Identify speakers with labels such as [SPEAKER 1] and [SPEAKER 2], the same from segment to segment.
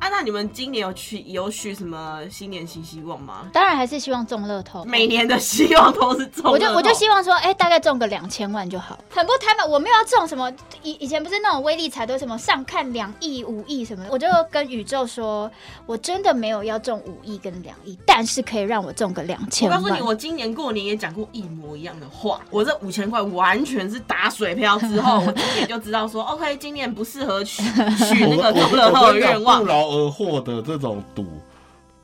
[SPEAKER 1] 啊你们今年有去有许什么新年新希望吗？
[SPEAKER 2] 当然还是希望中乐透。哦
[SPEAKER 1] 每年的希望都是中乐透，
[SPEAKER 2] 我就我就希望说，哎、大概中个两千万就好。很不坦白，我没有要中什么，以以前不是那种威力彩都什么上看两亿、五亿什么的，我就跟宇宙说，我真的没有要中五亿跟两亿，但是可以让我中个两千
[SPEAKER 1] 我
[SPEAKER 2] 万。
[SPEAKER 1] 告诉你，我今年过年也讲过一模一样的话。我这五千块完全是打水漂之 后，我今年就知道说，OK，今年不适合许许那
[SPEAKER 3] 我
[SPEAKER 1] 个
[SPEAKER 3] 我
[SPEAKER 1] 中乐透的
[SPEAKER 3] 我跟你讲
[SPEAKER 1] 愿望
[SPEAKER 3] 不。劳而获的这种赌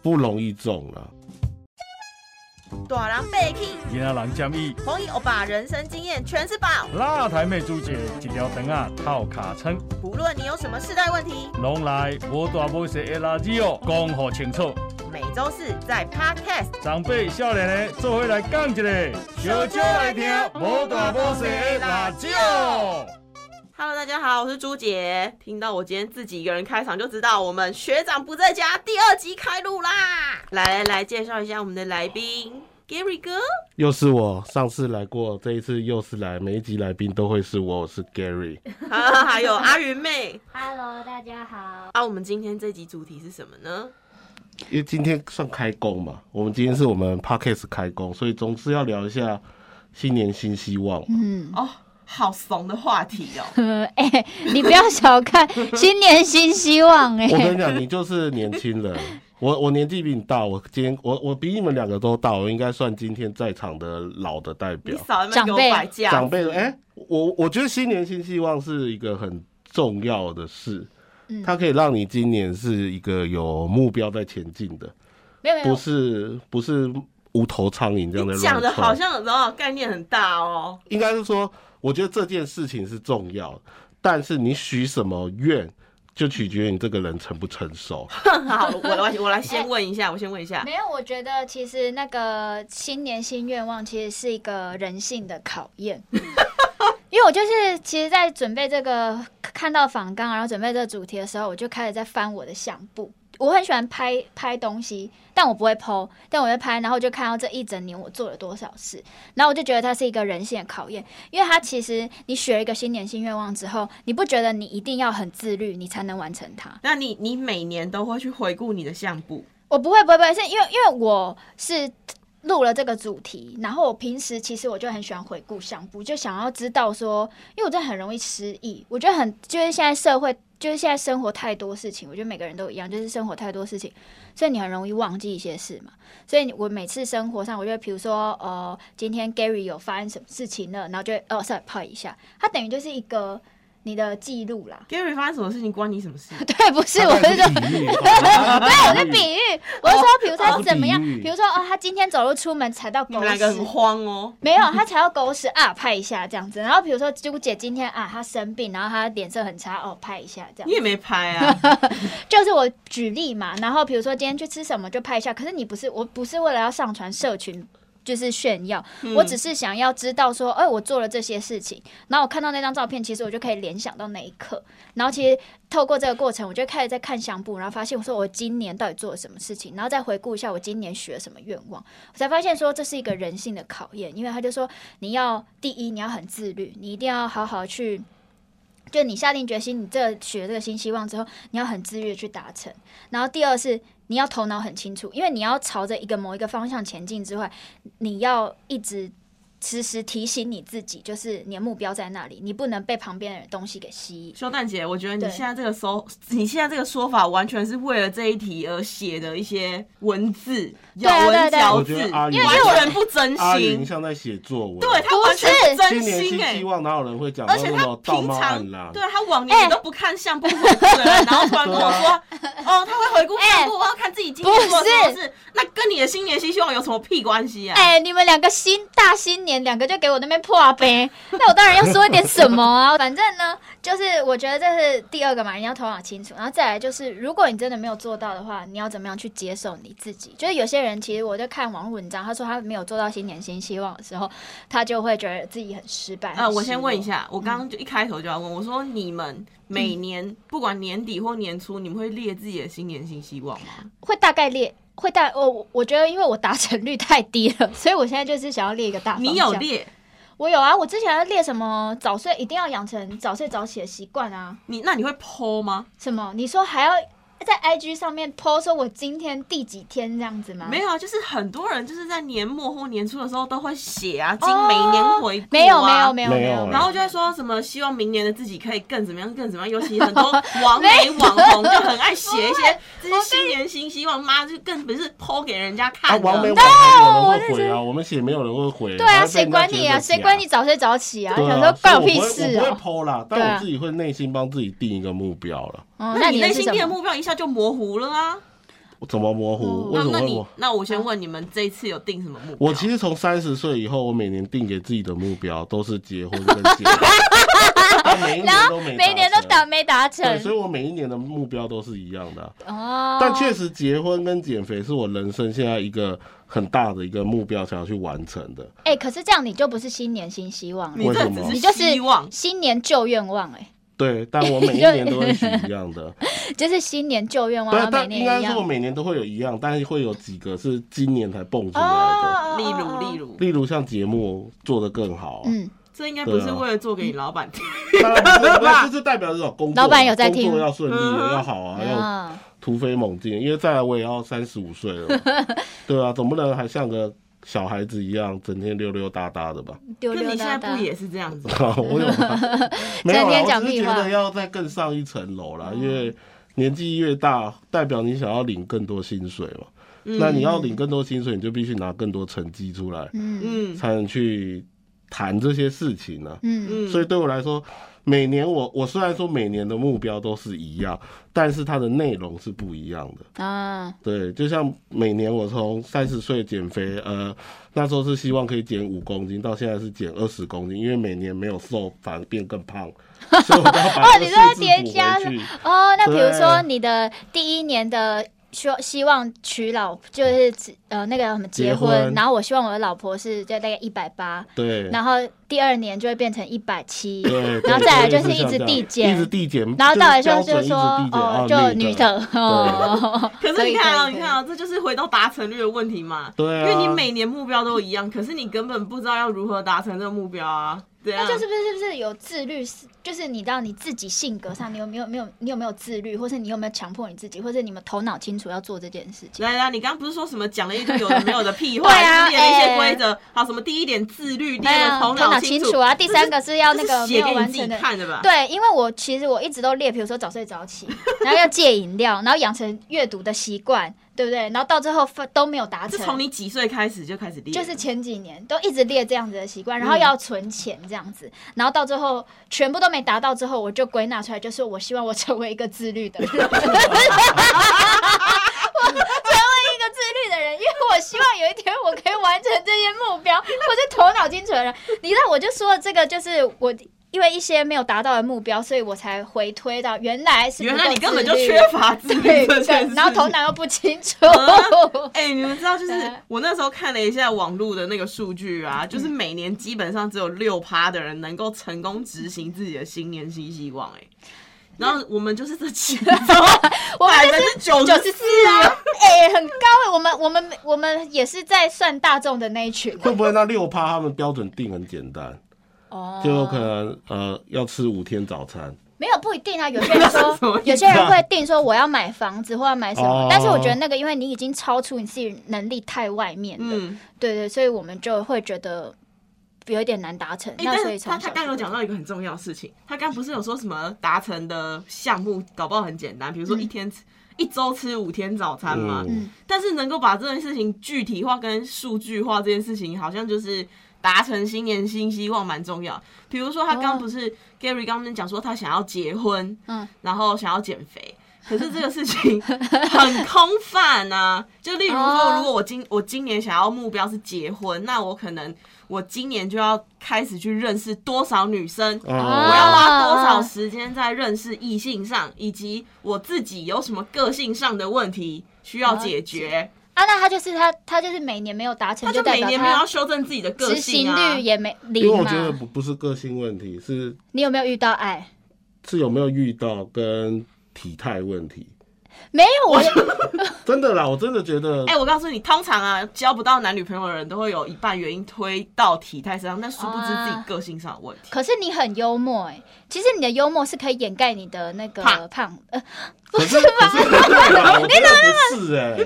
[SPEAKER 3] 不容易中了。
[SPEAKER 4] 大人被骗，
[SPEAKER 5] 伊拉人建议，
[SPEAKER 4] 黄奕欧巴人生经验全是宝。
[SPEAKER 5] 那台妹主姐一条灯啊套卡称，
[SPEAKER 4] 不论你有什么世代问题，
[SPEAKER 5] 拢来无大无小的垃圾哦，讲好清楚。
[SPEAKER 4] 每周四在 Podcast。
[SPEAKER 5] 长辈少年的做伙来讲一个，小酒来听无大无小的哦辣椒。
[SPEAKER 1] Hello，大家好，我是朱姐。听到我今天自己一个人开场，就知道我们学长不在家，第二集开录啦！来来来，介绍一下我们的来宾 Gary 哥。
[SPEAKER 3] 又是我，上次来过，这一次又是来，每一集来宾都会是我，我是 Gary。
[SPEAKER 1] 还 有阿云妹
[SPEAKER 6] Hello，大家好。
[SPEAKER 1] 啊，我们今天这集主题是什么呢？
[SPEAKER 3] 因为今天算开工嘛，我们今天是我们 Podcast 开工，所以总是要聊一下新年新希望。
[SPEAKER 2] 嗯，
[SPEAKER 1] 哦，好怂的话题哦。
[SPEAKER 2] 呃哎、你不要小看新年新希望哎、
[SPEAKER 3] 我跟你讲，你就是年 轻人，我我年纪比你大，我今天我我比你们两个都大，我应该算今天在场的老的代
[SPEAKER 1] 你
[SPEAKER 3] 表。
[SPEAKER 1] 少在那边给我摆架，
[SPEAKER 3] 长辈，哎、我我觉得新年新希望是一个很重要的事，
[SPEAKER 2] 嗯
[SPEAKER 3] 它可以让你今年是一个有目标在前进的，
[SPEAKER 2] 没有没有
[SPEAKER 3] 不，是不是无头苍蝇这样的
[SPEAKER 1] 啊你
[SPEAKER 3] 乱
[SPEAKER 1] 讲的
[SPEAKER 3] 窜
[SPEAKER 1] 好像哦概念很大哦。
[SPEAKER 3] 应该是说，我觉得这件事情是重要，但是你许什么愿，就取决于你这个人成不成熟。
[SPEAKER 1] 好，我来我来
[SPEAKER 6] 哎
[SPEAKER 1] 先问一下，我先问一下。
[SPEAKER 2] 没有，我觉得其实那个新年新愿望其实是一个人性的考验。因为我就是，其实，在准备这个看到访纲，啊然后准备这个主题的时候，我就开始在翻我的相簿。我很喜欢拍拍东西，但我不会 PO，但我会拍，然后就看到这一整年我做了多少事，然后我就觉得它是一个人性的考验，因为它其实你许了一个新年新愿望之后，你不觉得你一定要很自律，你才能完成它，
[SPEAKER 1] 那你你每年都会去回顾你的相簿，
[SPEAKER 2] 我不会，不会，不会，是因为因为我是录了这个主题，然后我平时其实我就很喜欢回顾相簿，就想要知道说，因为我真的很容易失忆，我觉得很就是现在社会。就是现在生活太多事情，我觉得每个人都一样，就是生活太多事情，所以你很容易忘记一些事嘛。所以我每次生活上，我就会比如说，呃，今天 Gary 有发生什么事情了，然后就会哦，sorry，泡一下，它等于就是一个你的记录啦。
[SPEAKER 1] Gary 发生什么事情关你什么事？
[SPEAKER 2] 对，不是，我
[SPEAKER 3] 大
[SPEAKER 2] 是
[SPEAKER 3] 概
[SPEAKER 2] 说
[SPEAKER 3] 是比 喻，对
[SPEAKER 2] 对，我是比喻，我是说，比如说他怎么样，
[SPEAKER 3] 比喻
[SPEAKER 2] 比如说哦，他今天走路出门踩到
[SPEAKER 1] 你
[SPEAKER 2] 狗
[SPEAKER 1] 们两个很
[SPEAKER 2] 屎，
[SPEAKER 1] 慌哦。
[SPEAKER 2] 没有，他踩到狗屎啊，拍一下这样子。然后比如说朱姐今天啊，她生病，然后她脸色很差，哦，拍一下这
[SPEAKER 1] 你
[SPEAKER 2] 样。
[SPEAKER 1] 也没拍啊，
[SPEAKER 2] 就是我举例嘛，然后比如说今天去吃什么就拍一下，可是你不是，我不是为了要上传社群。就是炫耀，我只是想要知道说，哎、我做了这些事情，然后我看到那张照片，其实我就可以联想到那一刻，然后其实透过这个过程，我就开始在看相簿，然后发现我说我今年到底做了什么事情，然后再回顾一下我今年许了什么愿望，我才发现说这是一个人性的考验，因为他就说你要第一你要很自律，你一定要好好去。就你下定决心，你这许了这个新希望之后，你要很自律地去达成。然后第二是你要头脑很清楚，因为你要朝着一个某一个方向前进之外，你要一直时时提醒你自己，就是你的目标在那里，你不能被旁边的东西给吸引。
[SPEAKER 1] 修蛋姐，我觉得你
[SPEAKER 2] 对
[SPEAKER 1] 现在这个说，你现在这个说法完全是为了这一题而写的一些文字，咬
[SPEAKER 2] 啊
[SPEAKER 1] 文
[SPEAKER 2] 对啊
[SPEAKER 1] 嚼
[SPEAKER 3] 我觉
[SPEAKER 1] 字，
[SPEAKER 3] 得阿
[SPEAKER 1] 完
[SPEAKER 3] 云因为
[SPEAKER 1] 全不真
[SPEAKER 3] 阿云
[SPEAKER 1] 心。
[SPEAKER 3] 像在写作文，
[SPEAKER 1] 对，他完全不真
[SPEAKER 3] 新年
[SPEAKER 1] 心
[SPEAKER 3] 新
[SPEAKER 1] 哎
[SPEAKER 3] 希。望哪有人会讲到
[SPEAKER 1] 而且
[SPEAKER 3] 那
[SPEAKER 1] 他
[SPEAKER 3] 么道
[SPEAKER 1] 平
[SPEAKER 3] 貌岸
[SPEAKER 1] 常
[SPEAKER 3] 然？
[SPEAKER 1] 对啊他往
[SPEAKER 2] 哎
[SPEAKER 1] 年也都不看相簿回顾的人，然后突然跟我说，哦，他会回顾相
[SPEAKER 2] 哎
[SPEAKER 1] 簿，我要看自己今天做了什么事，那跟你的新年新希望有什么屁关系啊？
[SPEAKER 2] 哎、你们两个新大新年，两个就给我那边破呗。 那我当然要说一点什么啊。 反正呢，就是我觉得这是第二个嘛，你要头脑清楚。然后再来就是，如果你真的没有做到的话，你要怎么样去接受你自己？就是有些人其实我在看网络文章，他说他没有做到新年新希望的时候，他就会觉得自己很失败。
[SPEAKER 1] 呃，
[SPEAKER 2] 很
[SPEAKER 1] 我先
[SPEAKER 2] 失
[SPEAKER 1] 问一
[SPEAKER 2] 落，
[SPEAKER 1] 下，我
[SPEAKER 2] 嗯
[SPEAKER 1] 刚刚就一开头就要问，我说你们每年不管年底或年初，你们会列自己的新年新希望吗？
[SPEAKER 2] 会大概列。会大我我我觉得，因为我达成率太低了，所以我现在就是想要列一个大啊方向。
[SPEAKER 1] 你有列？
[SPEAKER 2] 我有啊，我之前要列什么早睡一定要养成早睡早起的习惯啊，
[SPEAKER 1] 你那你会剖吗？
[SPEAKER 2] 什么？你说还要在 IG 上面 po 说我今天第几天这样子吗？
[SPEAKER 1] 没有啊，就是很多人就是在年末或年初的时候都会写啊，今每年回顾、啊
[SPEAKER 2] 哦没有没有没有
[SPEAKER 3] 没
[SPEAKER 2] 没
[SPEAKER 3] 有
[SPEAKER 2] 有，
[SPEAKER 3] 啊
[SPEAKER 1] 然后就会说什么希望明年的自己可以更怎么样更怎么样，尤其很 多网美网红就很爱写一些这些新年新希望，妈就更不是剖给人家
[SPEAKER 3] 啊，
[SPEAKER 1] 看
[SPEAKER 3] 王美
[SPEAKER 1] 的。
[SPEAKER 3] 网红有
[SPEAKER 2] 我
[SPEAKER 3] 人
[SPEAKER 2] 在
[SPEAKER 3] 会回
[SPEAKER 2] 觉
[SPEAKER 3] 啊，我们写没有人会回。
[SPEAKER 2] 对啊，
[SPEAKER 3] 还被
[SPEAKER 2] 谁
[SPEAKER 3] 人家
[SPEAKER 2] 管
[SPEAKER 3] 觉
[SPEAKER 2] 你啊？
[SPEAKER 3] 得
[SPEAKER 2] 谁
[SPEAKER 3] 假
[SPEAKER 2] 管你早睡早起啊？
[SPEAKER 3] 对啊
[SPEAKER 2] 想说关我屁
[SPEAKER 3] 所以
[SPEAKER 2] 事
[SPEAKER 3] 我不会我
[SPEAKER 2] 哦
[SPEAKER 3] 不、会 PO 啦，
[SPEAKER 2] 对
[SPEAKER 3] 但
[SPEAKER 2] 啊
[SPEAKER 3] 我自己会内心帮自己定一个目标了。
[SPEAKER 2] 嗯
[SPEAKER 1] 那你
[SPEAKER 2] 你的
[SPEAKER 1] 内
[SPEAKER 2] 是
[SPEAKER 1] 心
[SPEAKER 2] 什
[SPEAKER 1] 定的
[SPEAKER 2] 么？
[SPEAKER 1] 目标一下就模糊了啊！
[SPEAKER 3] 我怎么模糊？
[SPEAKER 2] 嗯
[SPEAKER 3] 为
[SPEAKER 1] 那
[SPEAKER 3] 什么
[SPEAKER 1] 那
[SPEAKER 3] 会
[SPEAKER 1] 你
[SPEAKER 3] 模？
[SPEAKER 1] 那我先问你们，这一次有定什么目标？
[SPEAKER 3] 我其实从三十岁以后，我每年定给自己的目标都是结婚跟 结婚，啊每一
[SPEAKER 2] 然
[SPEAKER 3] 年
[SPEAKER 2] 后
[SPEAKER 3] 都没
[SPEAKER 2] 每年都
[SPEAKER 3] 达
[SPEAKER 2] 达没达
[SPEAKER 3] 成。对，所以
[SPEAKER 2] 成
[SPEAKER 3] 我每一年的目标都是一样的啊、
[SPEAKER 2] 哦，
[SPEAKER 3] 但确实结婚跟减肥是我人生现在一个很大的一个目标，想要去完成的。
[SPEAKER 2] 哎、可是这样你就不是新年新希望了，
[SPEAKER 1] 你这
[SPEAKER 3] 为什么
[SPEAKER 1] 只
[SPEAKER 2] 你就是是
[SPEAKER 1] 希望，
[SPEAKER 2] 新年旧愿望、哎，
[SPEAKER 3] 对，但我每一年都会许一样 的。
[SPEAKER 2] 就是新年旧愿望，
[SPEAKER 3] 对啊
[SPEAKER 2] 然，哦后每
[SPEAKER 3] 但应
[SPEAKER 2] 年
[SPEAKER 3] 该
[SPEAKER 2] 一
[SPEAKER 3] 是
[SPEAKER 2] 样
[SPEAKER 3] 我。每年都会有一样，但是会有几个是今年才蹦出来的。
[SPEAKER 2] 哦，
[SPEAKER 1] 例如
[SPEAKER 2] 哦
[SPEAKER 1] 例，如，
[SPEAKER 3] 例如像节目做得更好啊，
[SPEAKER 2] 嗯，
[SPEAKER 1] 这应该不是
[SPEAKER 3] 对啊
[SPEAKER 1] 为了做给你老板听。
[SPEAKER 3] 当然不是，那这就代表这种工作，
[SPEAKER 2] 老板有在听
[SPEAKER 3] 工作要顺利，
[SPEAKER 1] 嗯
[SPEAKER 3] 要好啊，要
[SPEAKER 2] 啊，
[SPEAKER 3] 突飞猛进。因为再来我也要三十五岁了 嘛，对啊，总不能还像个小孩子一样，整天溜溜达达的吧？
[SPEAKER 2] 丢
[SPEAKER 1] 那
[SPEAKER 2] 丢
[SPEAKER 1] 你现在
[SPEAKER 2] 哒哒
[SPEAKER 1] 不。也是这样子？
[SPEAKER 3] 我有吗 没有
[SPEAKER 2] 整天
[SPEAKER 3] 啦，
[SPEAKER 2] 讲
[SPEAKER 3] 我只是
[SPEAKER 2] 屁
[SPEAKER 3] 觉
[SPEAKER 2] 话嗯
[SPEAKER 3] 得要再更上一层楼啦，因为年纪越大，代表你想要领更多薪水嘛。那你要领更多薪水，你就必须拿更多成绩出来，
[SPEAKER 2] 嗯
[SPEAKER 1] 嗯
[SPEAKER 3] 才能去谈这些事情啊呢、
[SPEAKER 2] 嗯，
[SPEAKER 1] 嗯，
[SPEAKER 3] 所以对我来说，每年我我虽然说每年的目标都是一样，但是它的内容是不一样的。
[SPEAKER 2] 啊，
[SPEAKER 3] 对，就像每年我从三十岁减肥，呃，那时候是希望可以减五公斤，到现在是减二十公斤，因为每年没有瘦，反而变更胖，所以我都要把
[SPEAKER 2] 哦
[SPEAKER 3] 这
[SPEAKER 2] 你都
[SPEAKER 3] 个
[SPEAKER 2] 在
[SPEAKER 3] 数字
[SPEAKER 2] 叠
[SPEAKER 3] 补
[SPEAKER 2] 加
[SPEAKER 3] 回去。
[SPEAKER 2] 哦，那比如说
[SPEAKER 3] 对
[SPEAKER 2] 你的第一年的希希望娶老就是呃那个什么结
[SPEAKER 3] 结
[SPEAKER 2] 婚，
[SPEAKER 3] 婚
[SPEAKER 2] 然后我希望我的老婆是就大概一百八，
[SPEAKER 3] 对，
[SPEAKER 2] 然后第二年就会变成一百七，
[SPEAKER 3] 对，
[SPEAKER 2] 然后
[SPEAKER 3] 对
[SPEAKER 2] 再来
[SPEAKER 3] 对
[SPEAKER 2] 就是一
[SPEAKER 3] 像
[SPEAKER 2] 直
[SPEAKER 3] 这
[SPEAKER 2] 递
[SPEAKER 3] 样
[SPEAKER 2] 减
[SPEAKER 3] 一直递减，
[SPEAKER 2] 然后
[SPEAKER 3] 就
[SPEAKER 2] 到来
[SPEAKER 3] 是
[SPEAKER 2] 就
[SPEAKER 3] 标
[SPEAKER 2] 就
[SPEAKER 3] 准
[SPEAKER 2] 是
[SPEAKER 3] 一直
[SPEAKER 2] 说
[SPEAKER 3] 递减
[SPEAKER 2] 哦
[SPEAKER 3] 啊，
[SPEAKER 2] 就
[SPEAKER 3] 女
[SPEAKER 2] 女的哦，
[SPEAKER 1] 可是你看啊，
[SPEAKER 2] 可以可以
[SPEAKER 1] 你看啊，这就是回到达成率的问题嘛。
[SPEAKER 3] 对啊
[SPEAKER 1] 因为你每年目标都一样，可是你根本不知道要如何达成这个目标啊。对啊，
[SPEAKER 2] 那就是不是是不是有自律？就是你知道你自己性格上，你有没有没有你有没有自律，或是你有没有强迫你自己，或是你们头脑清楚要做这件事情？
[SPEAKER 1] 来来，你刚刚不是说什么讲了一堆有的没有的屁话，
[SPEAKER 2] 对啊
[SPEAKER 1] 还是列了一些
[SPEAKER 2] 哎
[SPEAKER 1] 规则，好什么第一点自律，第
[SPEAKER 2] 哎
[SPEAKER 1] 二
[SPEAKER 2] 呀
[SPEAKER 1] 个头
[SPEAKER 2] 头脑
[SPEAKER 1] 清
[SPEAKER 2] 清楚啊，第三个是要那
[SPEAKER 1] 这
[SPEAKER 2] 个
[SPEAKER 1] 是
[SPEAKER 2] 没
[SPEAKER 1] 写
[SPEAKER 2] 有
[SPEAKER 1] 给你
[SPEAKER 2] 完
[SPEAKER 1] 自己
[SPEAKER 2] 成的。
[SPEAKER 1] 看的吧？
[SPEAKER 2] 对，因为我其实我一直都列，比如说早睡早起，然后要戒饮料，然后养成阅读的习惯，对不对？然后到最后发都没有达
[SPEAKER 1] 是
[SPEAKER 2] 成，
[SPEAKER 1] 从你几岁开始就开始列？
[SPEAKER 2] 就是前几年都一直列这样子的习惯，
[SPEAKER 1] 嗯
[SPEAKER 2] 然后要存钱这样子，然后到最后全部都没达到之后，我就归纳出来，就是我希望我成为一个自律的人， 我成为一个自律的人，因为我希望有一天我可以完成这些目标，我是头脑清楚的人。你知道，我就说这个就是我。因为一些没有达到的目标，所以我才回推到原来是不
[SPEAKER 1] 原来
[SPEAKER 2] 够
[SPEAKER 1] 你根本
[SPEAKER 2] 自
[SPEAKER 1] 就
[SPEAKER 2] 律
[SPEAKER 1] 缺乏自律
[SPEAKER 2] 对
[SPEAKER 1] 这件
[SPEAKER 2] 对
[SPEAKER 1] 事，
[SPEAKER 2] 然后头脑又不清楚。
[SPEAKER 1] 哎、你们知道，就是
[SPEAKER 2] 对嗯
[SPEAKER 1] 我那时候看了一下网络的那个数据啊，就是每年基本上只有六趴的人能够成功执行自己的新年新希望、哎，然后我们就是这其 中
[SPEAKER 2] 我们
[SPEAKER 1] 百
[SPEAKER 2] 就
[SPEAKER 1] 分之
[SPEAKER 2] 是
[SPEAKER 1] 九十
[SPEAKER 2] 九
[SPEAKER 1] 四
[SPEAKER 2] 十四
[SPEAKER 1] 啊，
[SPEAKER 2] 啊，哎、很高哎、我们我们我们也是在算大众的那一群
[SPEAKER 3] 会不会那六趴他们标准定很简单，
[SPEAKER 2] 哦
[SPEAKER 3] 就有可能呃要吃五天早餐，
[SPEAKER 2] 没有不一定啊，有些人
[SPEAKER 1] 什么意
[SPEAKER 2] 说
[SPEAKER 1] 思
[SPEAKER 2] 有些人会定说我要买房子或要买什么，
[SPEAKER 3] 哦
[SPEAKER 2] 但是我觉得那个因为你已经超出你自己能力太外面了，
[SPEAKER 1] 嗯，
[SPEAKER 2] 对对，所以我们就会觉得有一点难达成。
[SPEAKER 1] 哎、
[SPEAKER 2] 那所
[SPEAKER 1] 但
[SPEAKER 2] 以
[SPEAKER 1] 是他
[SPEAKER 2] 从
[SPEAKER 1] 他
[SPEAKER 2] 小
[SPEAKER 1] 刚有讲到一个很重要的事情，他刚不是有说什么达成的项目，搞不好很简单，比如
[SPEAKER 2] 嗯
[SPEAKER 1] 说一天吃、一周吃五天早餐嘛，
[SPEAKER 3] 嗯
[SPEAKER 1] 但是能够把这件事情具体化跟数据化这件事情，好像就是达成新年新希望蛮重要。比如说他刚
[SPEAKER 2] 哦
[SPEAKER 1] 不是、Gary 刚刚讲说他想要结婚，
[SPEAKER 2] 嗯
[SPEAKER 1] 然后想要减肥。可是这个事 情很空泛啊，就例如说，
[SPEAKER 2] 哦
[SPEAKER 1] 如果我今我今年想要目标是结婚，那我可能我今年就要开始去认识多少女生，我要
[SPEAKER 3] 啊，
[SPEAKER 1] 花多少时间在认识异性上，以及我自己有什么个性上的问题需要解决。
[SPEAKER 2] 啊，那他就是他他就是每年没有达成，
[SPEAKER 1] 他就
[SPEAKER 2] 代
[SPEAKER 1] 每
[SPEAKER 2] 表
[SPEAKER 1] 年没有要
[SPEAKER 2] 他
[SPEAKER 1] 修正自己的个
[SPEAKER 2] 执
[SPEAKER 1] 性
[SPEAKER 2] 行
[SPEAKER 1] 啊
[SPEAKER 2] 率。也没
[SPEAKER 3] 因为
[SPEAKER 2] 零
[SPEAKER 3] 我
[SPEAKER 2] 嘛
[SPEAKER 3] 觉。得不不是个性问题，是
[SPEAKER 2] 你有没有遇到爱？
[SPEAKER 3] 是有没有遇到跟体态问题。
[SPEAKER 2] 没有我，
[SPEAKER 3] 真的啦，我真的觉得
[SPEAKER 1] 哎、，我告诉你，通常啊，交不到男女朋友的人都会有一半原因推到体态身上，但殊不知
[SPEAKER 2] 啊
[SPEAKER 1] 自己个性上的问题。
[SPEAKER 2] 可是你很幽默哎、其实你的幽默是可以掩盖你的那个
[SPEAKER 1] 胖
[SPEAKER 2] 胖，呃，
[SPEAKER 3] 可是可是对啦，我觉得不是哎、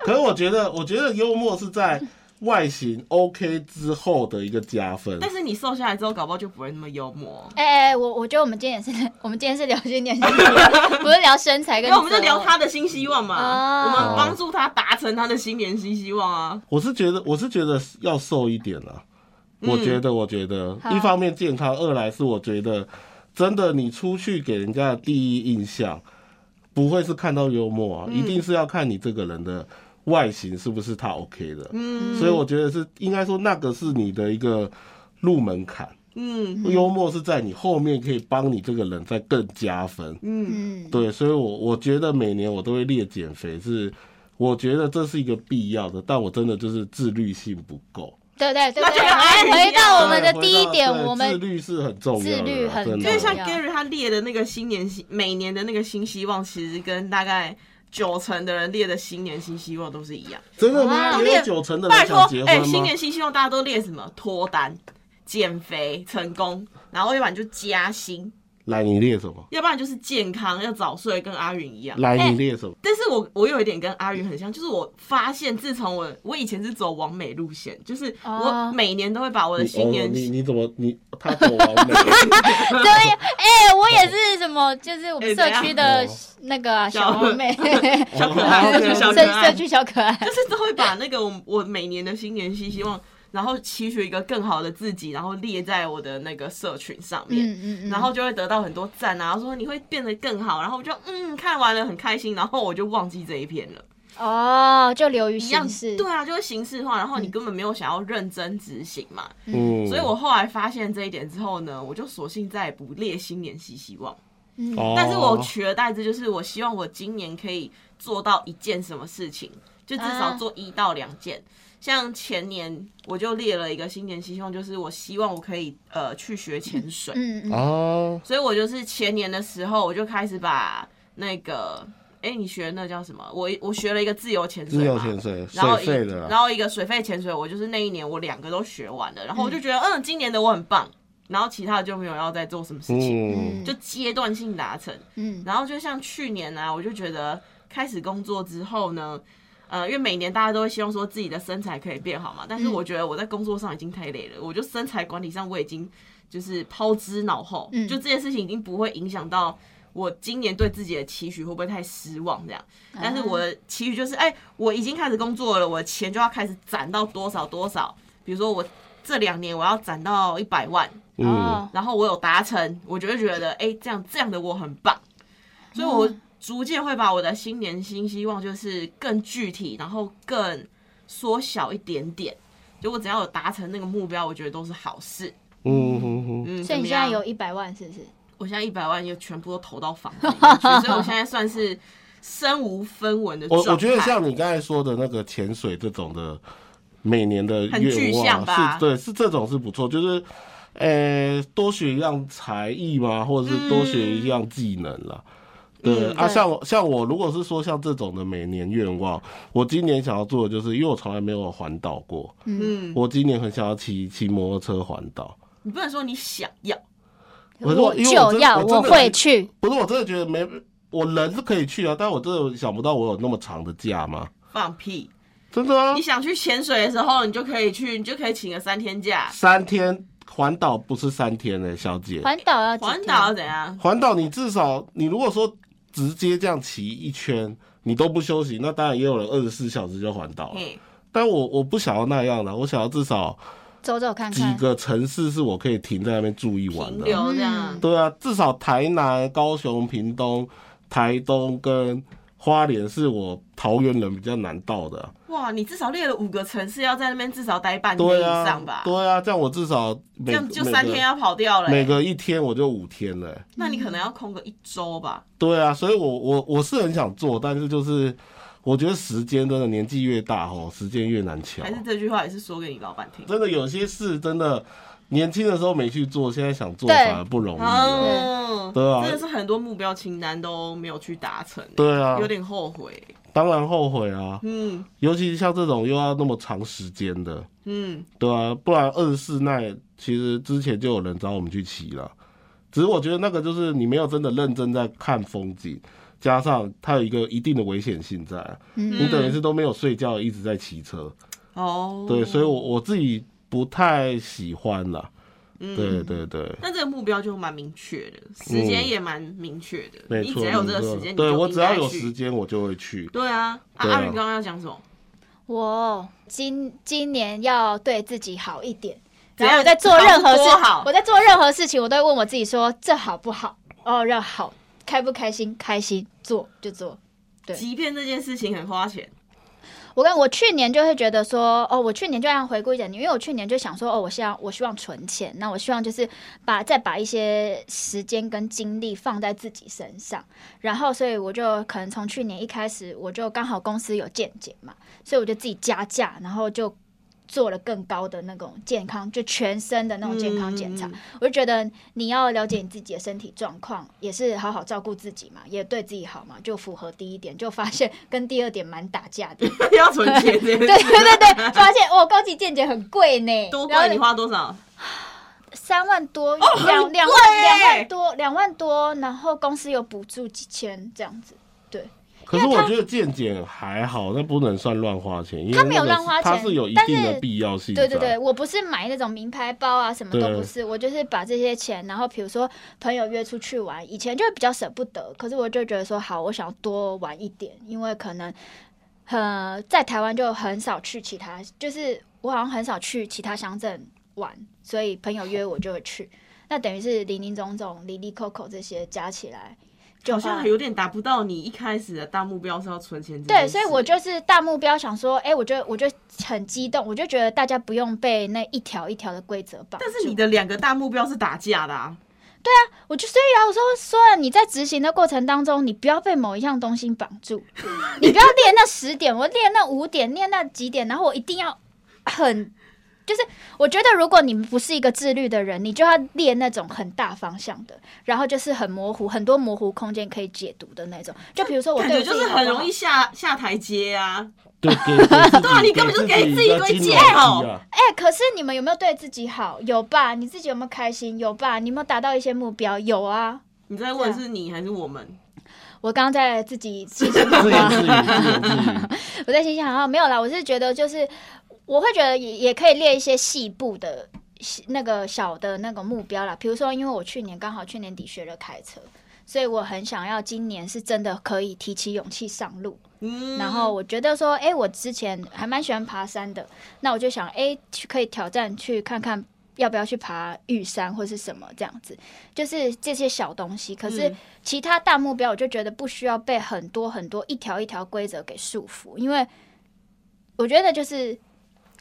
[SPEAKER 3] 可是我觉得，我觉得幽默是在外形 OK 之后的一个加分。
[SPEAKER 1] 但是你瘦下来之后，搞不好就不会那么幽默，
[SPEAKER 2] 哎、哎、我我觉得我们今天也是， 我们今天是聊训 练，不是聊身材
[SPEAKER 1] 因
[SPEAKER 2] 跟，
[SPEAKER 1] 为我们就聊他的新希望嘛，
[SPEAKER 2] 哦
[SPEAKER 1] 我们帮助他达成他的新年新希望啊。
[SPEAKER 3] 我是觉得，我是觉得要瘦一点啦。
[SPEAKER 1] 嗯
[SPEAKER 3] 我觉得，我觉得
[SPEAKER 2] 好
[SPEAKER 3] 一方面健康，二来是我觉得真的，你出去给人家的第一印象不会是看到幽默
[SPEAKER 1] 嗯
[SPEAKER 3] 啊，一定是要看你这个人的外形是不是他 OK 的。
[SPEAKER 1] 嗯
[SPEAKER 3] 所以我觉得是应该说那个是你的一个入门槛，
[SPEAKER 1] 嗯
[SPEAKER 3] 幽默是在你后面可以帮你这个人再更加分。
[SPEAKER 1] 嗯，
[SPEAKER 2] 嗯，
[SPEAKER 3] 对，所以我我觉得每年我都会列减肥是。我觉得这是一个必要的，但我真的就是自律性不够。
[SPEAKER 2] 对对对
[SPEAKER 1] 那就
[SPEAKER 2] 对，
[SPEAKER 1] 哎你
[SPEAKER 2] 回到我们的
[SPEAKER 3] 对
[SPEAKER 2] 第一
[SPEAKER 3] 回到
[SPEAKER 2] 点，
[SPEAKER 3] 对
[SPEAKER 2] 我们
[SPEAKER 3] 自律是很重要的啦，
[SPEAKER 2] 自律很
[SPEAKER 3] 真的
[SPEAKER 1] 因为像
[SPEAKER 2] 重要
[SPEAKER 1] Gary 他列的那个新年新每年的那个新希望，其实跟大概九成的人列的新年新希望都是一样。
[SPEAKER 3] 真的
[SPEAKER 2] 啊
[SPEAKER 3] 吗？
[SPEAKER 1] 哇
[SPEAKER 3] 也有九成的
[SPEAKER 1] 拜
[SPEAKER 3] 人
[SPEAKER 1] 托哎
[SPEAKER 3] 想结，
[SPEAKER 2] 哎
[SPEAKER 3] 婚吗？
[SPEAKER 1] 新年新希望大家都列什么脱单、减肥成功，然后要不然就加薪，
[SPEAKER 3] 来，你列什么？
[SPEAKER 1] 要不然就是健康，要早睡，跟阿云一样。
[SPEAKER 3] 来，
[SPEAKER 1] 哎
[SPEAKER 3] 你列什么？
[SPEAKER 1] 但是我我有一点跟阿云很像，就是我发现自从我我以前是走完美路线，就是我
[SPEAKER 2] 哦
[SPEAKER 1] 每年都会把我的
[SPEAKER 3] 你
[SPEAKER 1] 新
[SPEAKER 3] 哦
[SPEAKER 1] 年
[SPEAKER 3] 你你怎么你他走完 美？
[SPEAKER 2] 对，哎、我也是什么，就是我
[SPEAKER 1] 哎
[SPEAKER 2] 们
[SPEAKER 1] 怎
[SPEAKER 2] 社
[SPEAKER 1] 样
[SPEAKER 2] 区的
[SPEAKER 3] 哦
[SPEAKER 2] 那个啊
[SPEAKER 1] 小
[SPEAKER 2] 小王妹，
[SPEAKER 1] 小可爱，
[SPEAKER 3] 哦
[SPEAKER 1] 就是 小
[SPEAKER 2] 社
[SPEAKER 1] 可爱
[SPEAKER 2] 社，区 小可爱，
[SPEAKER 1] 就是都会把那个我我每年的新年新希望，然后期许一个更好的自己，然后列在我的那个社群上面。
[SPEAKER 2] 嗯嗯嗯，
[SPEAKER 1] 然后就会得到很多赞啊，说你会变得更好，然后我就嗯看完了很开心，然后我就忘记这一篇了，
[SPEAKER 2] 哦，就流于
[SPEAKER 1] 一样
[SPEAKER 2] 形式，嗯
[SPEAKER 1] 对啊，就会形式化，然后你根本没有想要认真执行嘛，
[SPEAKER 3] 嗯，
[SPEAKER 1] 所以我后来发现这一点之后呢，我就索性再也不列新年新希望，
[SPEAKER 2] 嗯
[SPEAKER 3] 哦，
[SPEAKER 1] 但是我取而代之就是我希望我今年可以做到一件什么事情，就至少
[SPEAKER 2] 啊
[SPEAKER 1] 做一到两件。像前年我就列了一个新年新希望，就是我希望我可以呃去学潜水，
[SPEAKER 2] 嗯嗯，
[SPEAKER 3] 啊，
[SPEAKER 1] 所以我就是前年的时候，我就开始把那个，哎、你学那叫什么？我我学了一个自由潜
[SPEAKER 3] 自
[SPEAKER 1] 水
[SPEAKER 3] 由
[SPEAKER 1] 嘛，
[SPEAKER 3] 潜水
[SPEAKER 1] 然后
[SPEAKER 3] 水
[SPEAKER 1] 一
[SPEAKER 3] 费的
[SPEAKER 1] 然
[SPEAKER 3] 啦，
[SPEAKER 1] 后一个水肺潜水，我就是那一年我两个都学完了，然后我就觉得，嗯，今年的我很棒，然后其他的就没有要再做什么事情，
[SPEAKER 3] 嗯，
[SPEAKER 1] 就阶段性达成。
[SPEAKER 2] 嗯
[SPEAKER 1] 然后就像去年啊，我就觉得开始工作之后呢。呃，因为每年大家都会希望说自己的身材可以变好嘛，但是
[SPEAKER 2] 嗯
[SPEAKER 1] 我觉得我在工作上已经太累了，我就身材管理上我已经就是抛之脑后，
[SPEAKER 2] 嗯
[SPEAKER 1] 就这件事情已经不会影响到我今年对自己的期许会不会太失望这样。
[SPEAKER 2] 啊
[SPEAKER 1] 但是我的期许就是，哎、我已经开始工作了，我的钱就要开始攒到多少多少，比如说我这两年我要攒到一百万，
[SPEAKER 3] 嗯，
[SPEAKER 2] 哦，
[SPEAKER 1] 然后我有达成，我就会觉得，哎、这样这样的我很棒，所以我逐渐会把我的新年新希望就是更具体，然后更缩小一点点。就我只要有达成那个目标，我觉得都是好事。
[SPEAKER 3] 嗯嗯嗯，
[SPEAKER 1] 嗯，
[SPEAKER 2] 所
[SPEAKER 1] 怎
[SPEAKER 2] 以你
[SPEAKER 1] 么
[SPEAKER 2] 现在
[SPEAKER 1] 样
[SPEAKER 2] 有一百万是不是？
[SPEAKER 1] 我现在一百万也全部都投到房子里面去，所以我现在算是身无分文的
[SPEAKER 3] 我
[SPEAKER 1] 状态。
[SPEAKER 3] 我觉得像你刚才说的那个潜水这种的，每年的
[SPEAKER 1] 很具
[SPEAKER 3] 愿
[SPEAKER 1] 象
[SPEAKER 3] 望
[SPEAKER 1] 吧
[SPEAKER 3] 是对，是这种是不错，就是。呃，多学一样才艺嘛，或者是多学一样技能啦。对
[SPEAKER 1] 嗯
[SPEAKER 3] 啊，
[SPEAKER 2] 对
[SPEAKER 3] 像我像我，如果是说像这种的每年愿望，我今年想要做的就是，因为我从来没有环岛过，
[SPEAKER 1] 嗯，
[SPEAKER 3] 我今年很想要骑骑摩托车环岛。
[SPEAKER 1] 你不能说你想要，
[SPEAKER 3] 我说因为我
[SPEAKER 2] 就
[SPEAKER 3] 真
[SPEAKER 2] 要，
[SPEAKER 3] 我真的
[SPEAKER 2] 会去，
[SPEAKER 3] 不是，我真的觉得没，我人是可以去啊，但我真的想不到我有那么长的假嘛，
[SPEAKER 1] 放屁！
[SPEAKER 3] 真的啊
[SPEAKER 1] 你，想去潜水的时候，你就可以去，你就可以请个三天假。
[SPEAKER 3] 三天环岛不是三天呢、欸小姐，
[SPEAKER 2] 环岛要几
[SPEAKER 1] 环
[SPEAKER 2] 天
[SPEAKER 1] 岛要怎样？
[SPEAKER 3] 环岛你至少你如果说直接这样骑一圈，你都不休息，那当然也有人二十四小时就环岛了。
[SPEAKER 1] 嘿，
[SPEAKER 3] 但我我不想要那样的，我想要至少
[SPEAKER 2] 走走看
[SPEAKER 3] 几
[SPEAKER 2] 看，
[SPEAKER 3] 个城市是我可以停在那边住一晚
[SPEAKER 1] 嗯停
[SPEAKER 3] 的。
[SPEAKER 1] 留这样。
[SPEAKER 2] 嗯
[SPEAKER 3] 对啊，至少台南、高雄、屏东、台东跟花莲是我桃园人比较难到的啊、
[SPEAKER 1] 哇，你至少列了五个城市，要在那边至少待半天
[SPEAKER 3] 对
[SPEAKER 1] 以
[SPEAKER 3] 啊
[SPEAKER 1] 上吧？，
[SPEAKER 3] 对啊，这样我至少
[SPEAKER 1] 这
[SPEAKER 3] 每
[SPEAKER 1] 样就三天要跑掉了、欸
[SPEAKER 3] 每个每个一天我就五天了欸、
[SPEAKER 1] 那你可能要空个一周吧。
[SPEAKER 3] 对啊，所以我我我是很想做，但是就是我觉得时间真的年纪越大吼，时间越难瞧啊
[SPEAKER 1] 还。是这句话也是说给你老板听。
[SPEAKER 3] 真的有些事真的年轻的时候没去做，现在想做
[SPEAKER 2] 对
[SPEAKER 3] 反而不容易啊了。
[SPEAKER 2] 嗯
[SPEAKER 1] 哦，
[SPEAKER 3] 对啊
[SPEAKER 1] 真的是很多目标清单都没有去达成，欸
[SPEAKER 3] 对啊
[SPEAKER 1] 有，点后悔。
[SPEAKER 3] 当然后悔啊，
[SPEAKER 1] 嗯
[SPEAKER 3] 尤其像这种又要那么长时间的，
[SPEAKER 1] 嗯，
[SPEAKER 3] 对啊，不然二十四耐其实之前就有人找我们去骑了，只是我觉得那个就是你没有真的认真在看风景，加上它有一个一定的危险性在啊，
[SPEAKER 1] 嗯
[SPEAKER 2] 嗯
[SPEAKER 3] 你等于是都没有睡觉，一直在骑车，
[SPEAKER 1] 哦，
[SPEAKER 3] 对，所以我我自己不太喜欢啦，
[SPEAKER 1] 嗯
[SPEAKER 3] 对对对。
[SPEAKER 1] 那这个目标就蛮明确的，时间也蛮明确的，
[SPEAKER 3] 嗯没
[SPEAKER 1] 你
[SPEAKER 3] 错，
[SPEAKER 1] 只要有这个
[SPEAKER 3] 没错
[SPEAKER 1] 时间，你
[SPEAKER 3] 对
[SPEAKER 1] 就
[SPEAKER 3] 我
[SPEAKER 1] 应
[SPEAKER 3] 只要
[SPEAKER 1] 该
[SPEAKER 3] 有
[SPEAKER 1] 去
[SPEAKER 3] 时间我就会去。
[SPEAKER 1] 对啊，啊，
[SPEAKER 3] 对啊
[SPEAKER 1] 阿云刚刚要讲什么？
[SPEAKER 2] 我今今年要对自己好一点，
[SPEAKER 1] 怎样
[SPEAKER 2] 然后我在做任何
[SPEAKER 1] 好是
[SPEAKER 2] 事
[SPEAKER 1] 多好，
[SPEAKER 2] 我在做任何事情，我都会问我自己说这好不好？哦，让好，开不开心？开心，做就做。对
[SPEAKER 1] 即便这件事情很花钱，
[SPEAKER 2] 我跟我去年就会觉得说，哦，我去年就让回顾一点，因为我去年就想说，哦，我希望我希望存钱，那我希望就是把再把一些时间跟精力放在自己身上，然后所以我就可能从去年一开始，我就刚好公司有健检嘛，所以我就自己加价，然后就。做了更高的那种健康，就全身的那种健康检查，
[SPEAKER 1] 嗯
[SPEAKER 2] 我就觉得你要了解你自己的身体状况，也是好好照顾自己嘛，也对自己好嘛，就符合第一点，就发现跟第二点蛮打架的。
[SPEAKER 1] 要存钱这件事
[SPEAKER 2] 对对对对，发现哦，高级健检很贵呢，
[SPEAKER 1] 多
[SPEAKER 2] 然后
[SPEAKER 1] 贵你花多少？
[SPEAKER 2] 三万多，两两、
[SPEAKER 1] 贵
[SPEAKER 2] 万两
[SPEAKER 1] 耶
[SPEAKER 2] 万多，两万多，然后公司有补助几千这样子。对，
[SPEAKER 3] 可是我觉得健检还好，那不能算乱花钱，因为
[SPEAKER 2] 它没有
[SPEAKER 3] 那个
[SPEAKER 2] 乱花钱
[SPEAKER 3] 它是有一定的必要性在。
[SPEAKER 2] 对对对，我不是买那种名牌包啊，什么都不是，我就是把这些钱，然后比如说朋友约出去玩，以前就比较舍不得，可是我就觉得说好，我想要多玩一点，因为可能呃在台湾就很少去其他，就是我好像很少去其他乡镇玩，所以朋友约我就会去，那等于是零零总总、零零扣扣这些加起来就
[SPEAKER 1] 好像
[SPEAKER 2] 花
[SPEAKER 1] 还有点达不到你一开始的大目标是要存钱这件
[SPEAKER 2] 对，
[SPEAKER 1] 事。
[SPEAKER 2] 所以我就是大目标，想说，哎、我就我就很激动，我就觉得大家不用被那一条一条的规则绑住。
[SPEAKER 1] 但是你的两个大目标是打架的啊，
[SPEAKER 2] 我就所以啊，我说说了，你在执行的过程当中，你不要被某一项东西绑 住，你不要练那十点，我练那五点，练那几点，然后我一定要很，就是我觉得如果你们不是一个自律的人，你就要练那种很大方向的，然后就是很模糊，很多模糊空间可以解读的那种。就比如说我
[SPEAKER 1] 感
[SPEAKER 2] 对
[SPEAKER 1] 觉
[SPEAKER 2] 我
[SPEAKER 1] 就
[SPEAKER 2] 自己
[SPEAKER 1] 是
[SPEAKER 2] 好不
[SPEAKER 1] 很
[SPEAKER 2] 好
[SPEAKER 1] 容易下下台阶啊。
[SPEAKER 3] 对，给给 自己
[SPEAKER 1] 对啊你根本就给自己一堆
[SPEAKER 3] 金
[SPEAKER 1] 借
[SPEAKER 3] 融
[SPEAKER 1] 口
[SPEAKER 3] 机啊
[SPEAKER 2] 哎、可是你们有没有对自己好？有吧？你自己有没有开心？有吧？你有没有达到一些目标？有啊。
[SPEAKER 1] 你在问是你还是我们？
[SPEAKER 2] 我刚刚在自己细心
[SPEAKER 3] 自啊言自语，自言自 语。
[SPEAKER 2] 我在心想啊，没有啦，我是觉得就是我会觉得也也可以列一些细部的细那个小的那个目标啦，比如说，因为我去年刚好去年底学了开车。所以我很想要今年是真的可以提起勇气上路，
[SPEAKER 1] 嗯，
[SPEAKER 2] 然后我觉得说，哎、我之前还蛮喜欢爬山的，那我就想，哎、去可以挑战去看看要不要去爬玉山或是什么这样子，就是这些小东西。可是
[SPEAKER 1] 嗯
[SPEAKER 2] 其他大目标，我就觉得不需要被很多很多一条一条规则给束缚，因为我觉得就是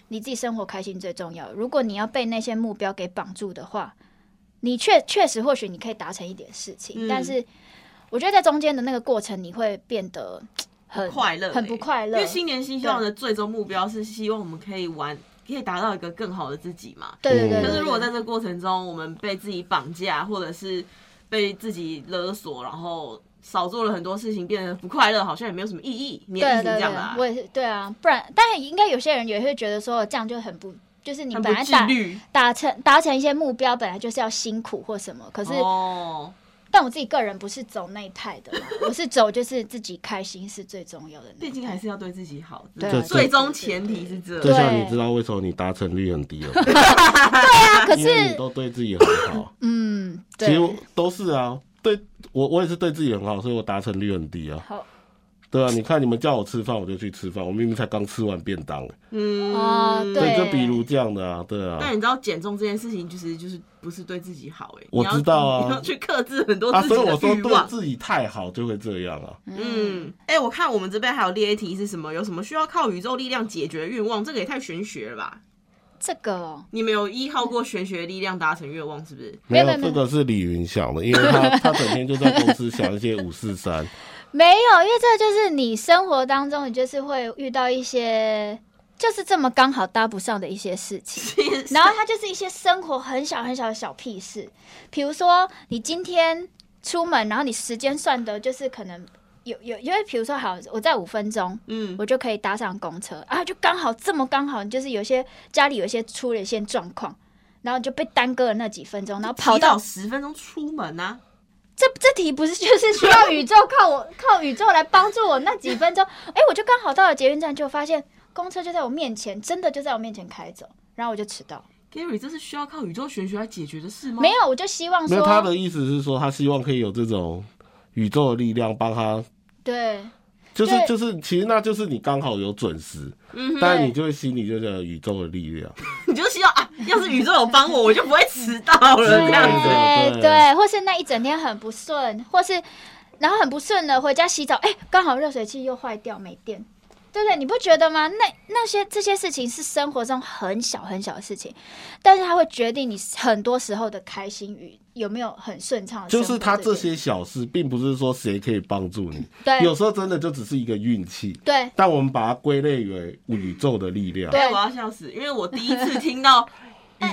[SPEAKER 2] 你自己生活开心最重要。如果你要被那些目标给绑住的话，你确确实或许你可以达成一点事情，
[SPEAKER 1] 嗯
[SPEAKER 2] 但是我觉得在中间的那个过程，你会变得很
[SPEAKER 1] 快乐欸
[SPEAKER 2] 很不快
[SPEAKER 1] 因
[SPEAKER 2] 乐
[SPEAKER 1] 为。新年新希望的最终目标是希望我们可以玩，可以达到一个更好的自己嘛。
[SPEAKER 2] 对对
[SPEAKER 3] 嗯
[SPEAKER 2] 对，
[SPEAKER 1] 可是
[SPEAKER 2] 对
[SPEAKER 1] 如果
[SPEAKER 2] 对
[SPEAKER 1] 在这过程中，我们被自己绑架，或者是被自己勒索，然后少做了很多事情，变得不快乐，好像也没有什么意义。你也
[SPEAKER 2] 对
[SPEAKER 1] 是这
[SPEAKER 2] 对
[SPEAKER 1] 样
[SPEAKER 2] 对
[SPEAKER 1] 的、啊，，
[SPEAKER 2] 我也是对啊，不然，但应该有些人也会觉得说这样就很不，就是你
[SPEAKER 1] 很
[SPEAKER 2] 本
[SPEAKER 1] 不
[SPEAKER 2] 来
[SPEAKER 1] 自
[SPEAKER 2] 打
[SPEAKER 1] 律。
[SPEAKER 2] 达成达成一些目标，本来就是要辛苦或什么，可是、
[SPEAKER 1] 哦，
[SPEAKER 2] 但我自己个人不是走那一派的啦，我是走就是自己开心是最重要的那
[SPEAKER 1] 毕
[SPEAKER 2] 一派。
[SPEAKER 1] 竟还是要对自己好。
[SPEAKER 2] 对
[SPEAKER 3] 这
[SPEAKER 1] 最终前提是这
[SPEAKER 3] 就
[SPEAKER 2] 对
[SPEAKER 3] 像你知道为什么你达成率很 低了，
[SPEAKER 2] 啊，可
[SPEAKER 3] 因为你
[SPEAKER 2] 是
[SPEAKER 3] 都对自己很好。
[SPEAKER 2] 嗯，
[SPEAKER 3] 其实
[SPEAKER 2] 对，
[SPEAKER 3] 都是啊，对我我也是对自己很好，所以我达成率很低啊。
[SPEAKER 2] 好
[SPEAKER 3] 对啊，你看你们叫我吃饭，我就去吃饭，我明明才刚吃完便当，
[SPEAKER 1] 嗯，
[SPEAKER 2] 哦
[SPEAKER 3] 所以
[SPEAKER 2] 对
[SPEAKER 3] 就比如这样的啊，对啊。
[SPEAKER 1] 但你知道减重这件事情，就是就是不是对自己好哎、欸，
[SPEAKER 3] 我
[SPEAKER 1] 你要
[SPEAKER 3] 知道啊
[SPEAKER 1] 你要去克制很多
[SPEAKER 3] 啊，
[SPEAKER 1] 自
[SPEAKER 3] 所以
[SPEAKER 1] 己
[SPEAKER 3] 我
[SPEAKER 1] 的
[SPEAKER 3] 说
[SPEAKER 1] 欲
[SPEAKER 3] 对
[SPEAKER 1] 望。
[SPEAKER 3] 自己太好就会这样啊。
[SPEAKER 1] 嗯，哎、我看我们这边还有列一题是什么？有什么需要靠宇宙力量解决愿望？这个也太玄学了吧！
[SPEAKER 2] 这个哦
[SPEAKER 1] 你们有依靠过玄学力量达成愿望是不是？
[SPEAKER 3] 没有
[SPEAKER 2] 没有没
[SPEAKER 3] 这
[SPEAKER 2] 有
[SPEAKER 3] 个是李云想的，因为他他整天就在公司想一些五四三，
[SPEAKER 2] 没有，因为这就是你生活当中，你就是会遇到一些就是这么刚好搭不上的一些事情。然后它就是一些生活很小很小的小屁事，比如说你今天出门，然后你时间算的，就是可能有有，因为比如说好，我在五分钟。
[SPEAKER 1] 嗯，
[SPEAKER 2] 我就可以搭上公车啊，就刚好这么刚好，就是有些家里有一些出了一些状况，然后就被耽搁了那几分钟，然后跑
[SPEAKER 1] 提早
[SPEAKER 2] 到
[SPEAKER 1] 十分钟出门啊，
[SPEAKER 2] 这这题不是就是需要宇宙靠我靠宇宙来帮助我那几分钟？哎，我就刚好到了捷运站，就发现公车就在我面前，真的就在我面前开走，然后我就迟到。
[SPEAKER 1] Gary，这是需要靠宇宙玄学来解决的事吗？
[SPEAKER 2] 没，有，我就希望
[SPEAKER 3] 没有，他的
[SPEAKER 2] 说，
[SPEAKER 3] 意思是说，他希望可以有这种宇宙的力量帮他，
[SPEAKER 2] 对
[SPEAKER 3] 就是
[SPEAKER 2] 对
[SPEAKER 3] 就是，其实那就是你刚好有准时，
[SPEAKER 1] 嗯哼，
[SPEAKER 3] 但你就会心里就觉得宇宙的力量，
[SPEAKER 1] 你就希望啊，要是宇宙有帮我，我就不会迟到了
[SPEAKER 3] 对
[SPEAKER 1] 这样子。
[SPEAKER 3] 对
[SPEAKER 2] 对对，或是那一整天很不顺，或是然后很不顺的回家洗澡，哎，刚好热水器又坏掉没电，对不对？你不觉得吗？那那些这些事情是生活中很小很小的事情，但是它会决定你很多时候的开心与有没有很顺畅的生
[SPEAKER 3] 就
[SPEAKER 2] 活件事。
[SPEAKER 3] 是他这些小事，并不是说谁可以帮助你，
[SPEAKER 2] 对
[SPEAKER 3] 有时候真的就只是一个运气，
[SPEAKER 2] 对
[SPEAKER 3] 但我们把它归类为宇宙的力量。
[SPEAKER 2] 对
[SPEAKER 1] 哎，我要笑死，因为我第一次听到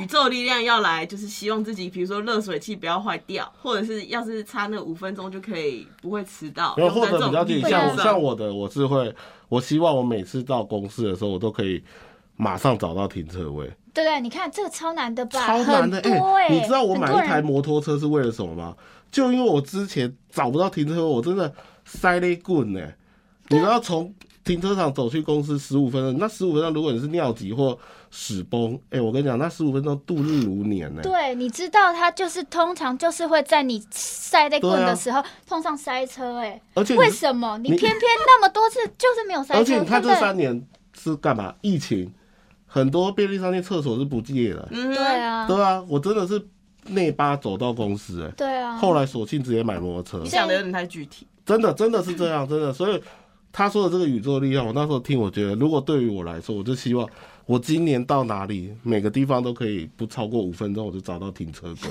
[SPEAKER 1] 宇宙力量要来，就是希望自己，比如说热水器不要坏掉，或者是要是差那五分钟就可以不会迟到。
[SPEAKER 3] 然后
[SPEAKER 1] 用
[SPEAKER 3] 或
[SPEAKER 1] 在这
[SPEAKER 3] 者比
[SPEAKER 1] 种地
[SPEAKER 2] 对
[SPEAKER 3] 较简单，像
[SPEAKER 2] 啊
[SPEAKER 3] 我像我的，我是会，我希望我每次到公司的时候，我都可以马上找到停车位，
[SPEAKER 2] 对对，你看这个超难的吧？
[SPEAKER 3] 超难的。欸
[SPEAKER 2] 很多哎、
[SPEAKER 3] 你知道我
[SPEAKER 2] 很
[SPEAKER 3] 买
[SPEAKER 2] 多
[SPEAKER 3] 一台
[SPEAKER 2] 人
[SPEAKER 3] 摩托车是为了什么吗？就因为我之前找不到停车位，我真的塞了一棍呢、你知道从停车场走去公司十五分钟，那十五分钟如果你是尿急或屎崩，哎、我跟你讲，那十五分钟度日如年欸呢、
[SPEAKER 2] 对，你知道它就是通常就是会在你塞在棍
[SPEAKER 3] 对啊
[SPEAKER 2] 的时候碰上塞车、哎、
[SPEAKER 3] 而且你
[SPEAKER 2] 为什么你
[SPEAKER 3] 你
[SPEAKER 2] 偏偏那么多次就是没有塞车？
[SPEAKER 3] 而且你看
[SPEAKER 2] 对
[SPEAKER 3] 这
[SPEAKER 2] 不对
[SPEAKER 3] 三年是干嘛？疫情，很多便利商店厕所是不借的。
[SPEAKER 1] 嗯
[SPEAKER 2] 对
[SPEAKER 1] 哼，
[SPEAKER 2] 啊，
[SPEAKER 3] 对啊，我真的是内八走到公司哎、
[SPEAKER 2] 对啊，
[SPEAKER 3] 后来索性直接买摩托
[SPEAKER 1] 嗯你
[SPEAKER 3] 车，
[SPEAKER 1] 讲的有点太具体。
[SPEAKER 3] 真的真的是这样，真的。所以他说的这个宇宙力量，我那时候听，我觉得如果对于我来说，我就希望我今年到哪里，每个地方都可以不超过五分钟，我就找到停车格。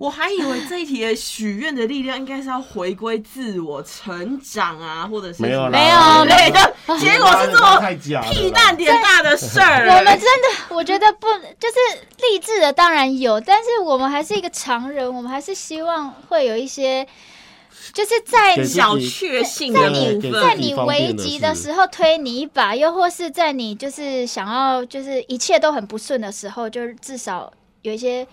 [SPEAKER 1] 我还以为这一题的许愿的力量应该是要回归自我成长啊，或者是
[SPEAKER 3] 没有啦，啊
[SPEAKER 2] 没有
[SPEAKER 1] 之类的， 结果是这么
[SPEAKER 3] 太假了啦
[SPEAKER 1] 屁蛋点大的事儿。
[SPEAKER 2] 我们真的，我觉得不就是励志的当然有，但是我们还是一个常人，我们还是希望会有一些，就是在
[SPEAKER 3] 给自己
[SPEAKER 1] 小确幸的
[SPEAKER 3] 在你
[SPEAKER 1] 部
[SPEAKER 3] 对
[SPEAKER 2] 在
[SPEAKER 1] 分，
[SPEAKER 2] 你危急的时候推你一把，又或是在你就是想要就是一切都很不顺的时候，就是至少有一些。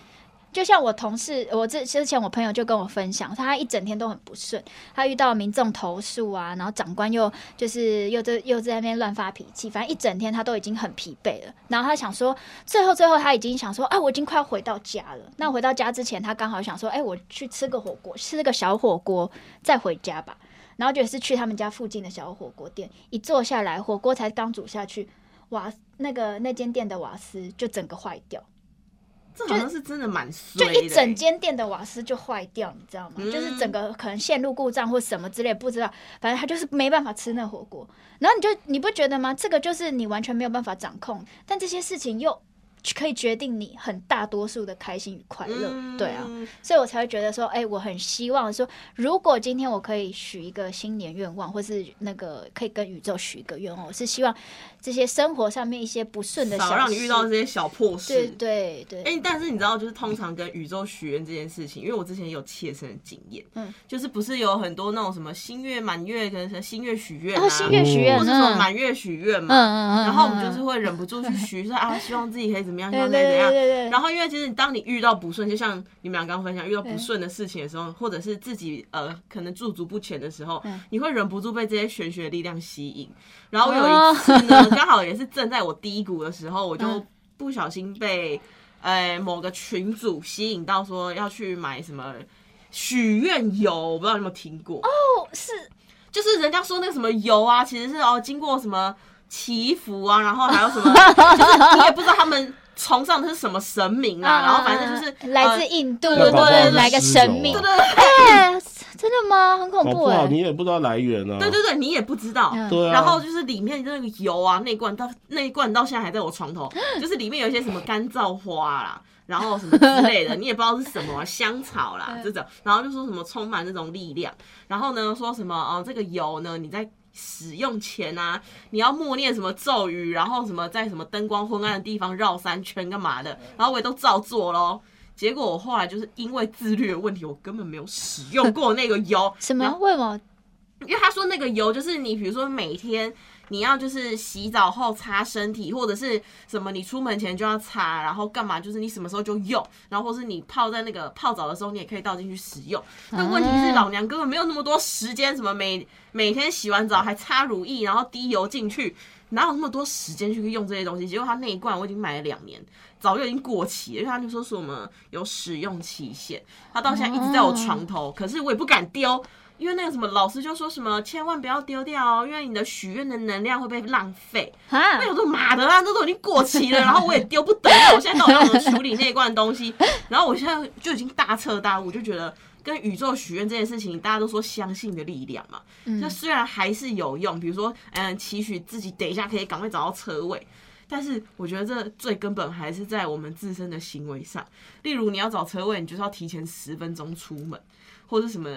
[SPEAKER 2] 就像我同事，我之之前我朋友就跟我分享，他一整天都很不顺，他遇到民众投诉啊，然后长官又就是又在又在那边乱发脾气，反正一整天他都已经很疲惫了。然后他想说，最后最后他已经想说，啊，我已经快要回到家了。那回到家之前，他刚好想说，哎、我去吃个火锅，吃个小火锅再回家吧。然后就是去他们家附近的小火锅店，一坐下来，火锅才刚煮下去，瓦那个那间店的瓦斯就整个坏掉，
[SPEAKER 1] 这好像是真的蛮衰
[SPEAKER 2] 就
[SPEAKER 1] 的。
[SPEAKER 2] 一整间店的瓦斯就坏掉，你知道吗？
[SPEAKER 1] 嗯
[SPEAKER 2] 就是整个可能线路故障或什么之类，不知道，反正他就是没办法吃那火锅。然后你就你不觉得吗？这个就是你完全没有办法掌控，但这些事情又可以决定你很大多数的开心与快乐，
[SPEAKER 1] 嗯
[SPEAKER 2] 对啊。所以我才会觉得说，哎、我很希望说，如果今天我可以许一个新年愿望，或是那个可以跟宇宙许一个愿望，我是希望这些生活上面一些不顺的小事，
[SPEAKER 1] 少让你遇到这些小破事。
[SPEAKER 2] 对对对，
[SPEAKER 1] 哎、但是你知道，就是通常跟宇宙许愿这件事情，因为我之前也有切身的经验，
[SPEAKER 2] 嗯
[SPEAKER 1] 嗯，就是不是有很多那种什么新月满月，可能是新月许愿、啊，
[SPEAKER 2] 然后新月许愿，
[SPEAKER 1] 或
[SPEAKER 2] 嗯
[SPEAKER 1] 者什么满月许愿
[SPEAKER 2] 嗯
[SPEAKER 1] 嘛，
[SPEAKER 2] 嗯嗯，
[SPEAKER 1] 然后我们就是会忍不住去许，说 啊，希望自己可以怎么样，希
[SPEAKER 2] 对
[SPEAKER 1] 望
[SPEAKER 2] 对
[SPEAKER 1] 可以怎
[SPEAKER 2] 对
[SPEAKER 1] 样。
[SPEAKER 2] 对对，
[SPEAKER 1] 然后，因为其实当你遇到不顺，就像你们俩刚刚分享，遇到不顺的事情的时候，或者是自己呃可能驻足不前的时候
[SPEAKER 2] 嗯，
[SPEAKER 1] 你会忍不住被这些玄学力量吸引。然后我有一次呢，刚好也是正在我低谷的时候，我就
[SPEAKER 2] 哦嗯
[SPEAKER 1] 不小心被呃某个群主吸引到，说要去买什么许愿油，我不知道你有没有听过。
[SPEAKER 2] 后哦是
[SPEAKER 1] 就是人家说那个什么油啊，其实是哦经过什么祈福啊，然后还有什 么，就是你也不知道他们崇尚的是什么神明啊，然后反正就是
[SPEAKER 2] 来自
[SPEAKER 1] 呃
[SPEAKER 2] 印度，
[SPEAKER 1] 对对对
[SPEAKER 2] 来个神秘，
[SPEAKER 1] 对对对
[SPEAKER 2] 哎，真的吗？很恐
[SPEAKER 3] 啊搞
[SPEAKER 2] 怖
[SPEAKER 3] 不好
[SPEAKER 2] 哎，
[SPEAKER 3] 你也不知道来源啊。
[SPEAKER 1] 对对对，你也不知道。
[SPEAKER 2] 嗯，，
[SPEAKER 3] 对啊。
[SPEAKER 1] 然后就是里面的那个油啊，那一罐到那一罐到现在还在我床头， 就是里面有一些什么干燥花啦，然后什么之类的，你也不知道是什么、啊香草啦这种，然后就说什么充满那种力量，然后呢说什么哦这个油呢你在使用前啊，你要默念什么咒语，然后什么在什么灯光昏暗的地方绕三圈干嘛的，然后我也都照做咯。结果我后来就是因为自律的问题，我根本没有使用过那个油
[SPEAKER 2] 什
[SPEAKER 1] 然
[SPEAKER 2] 么？
[SPEAKER 1] 后？
[SPEAKER 2] 为什么？
[SPEAKER 1] 因为他说那个油就是你，比如说每天你要就是洗澡后擦身体，或者是什么你出门前就要擦，然后干嘛就是你什么时候就用，然后或是你泡在那个泡澡的时候你也可以倒进去使用。那问题是老娘根本没有那么多时间，什么每每天洗完澡还擦乳液，然后滴油进去。哪有那么多时间去用这些东西？结果他那一罐我已经买了两年，早就已经过期了，因为他就说什么有使用期限，他到现在一直在我床头，可是我也不敢丢，因为那个什么老师就说什么千万不要丢掉哦，因为你的许愿的能量会被浪费。
[SPEAKER 2] 啊
[SPEAKER 1] 那，我说妈的啊，这都已经过期了，然后我也丢不得，那我现在到底要怎么处理那一罐东西？然后我现在就已经大彻大悟，就觉得跟宇宙许愿这件事情，大家都说相信的力量嘛。那、虽然还是有用，比如说嗯，期许自己等一下可以赶快找到车位。但是我觉得这最根本还是在我们自身的行为上，例如你要找车位，你就是要提前十分钟出门，或者什么。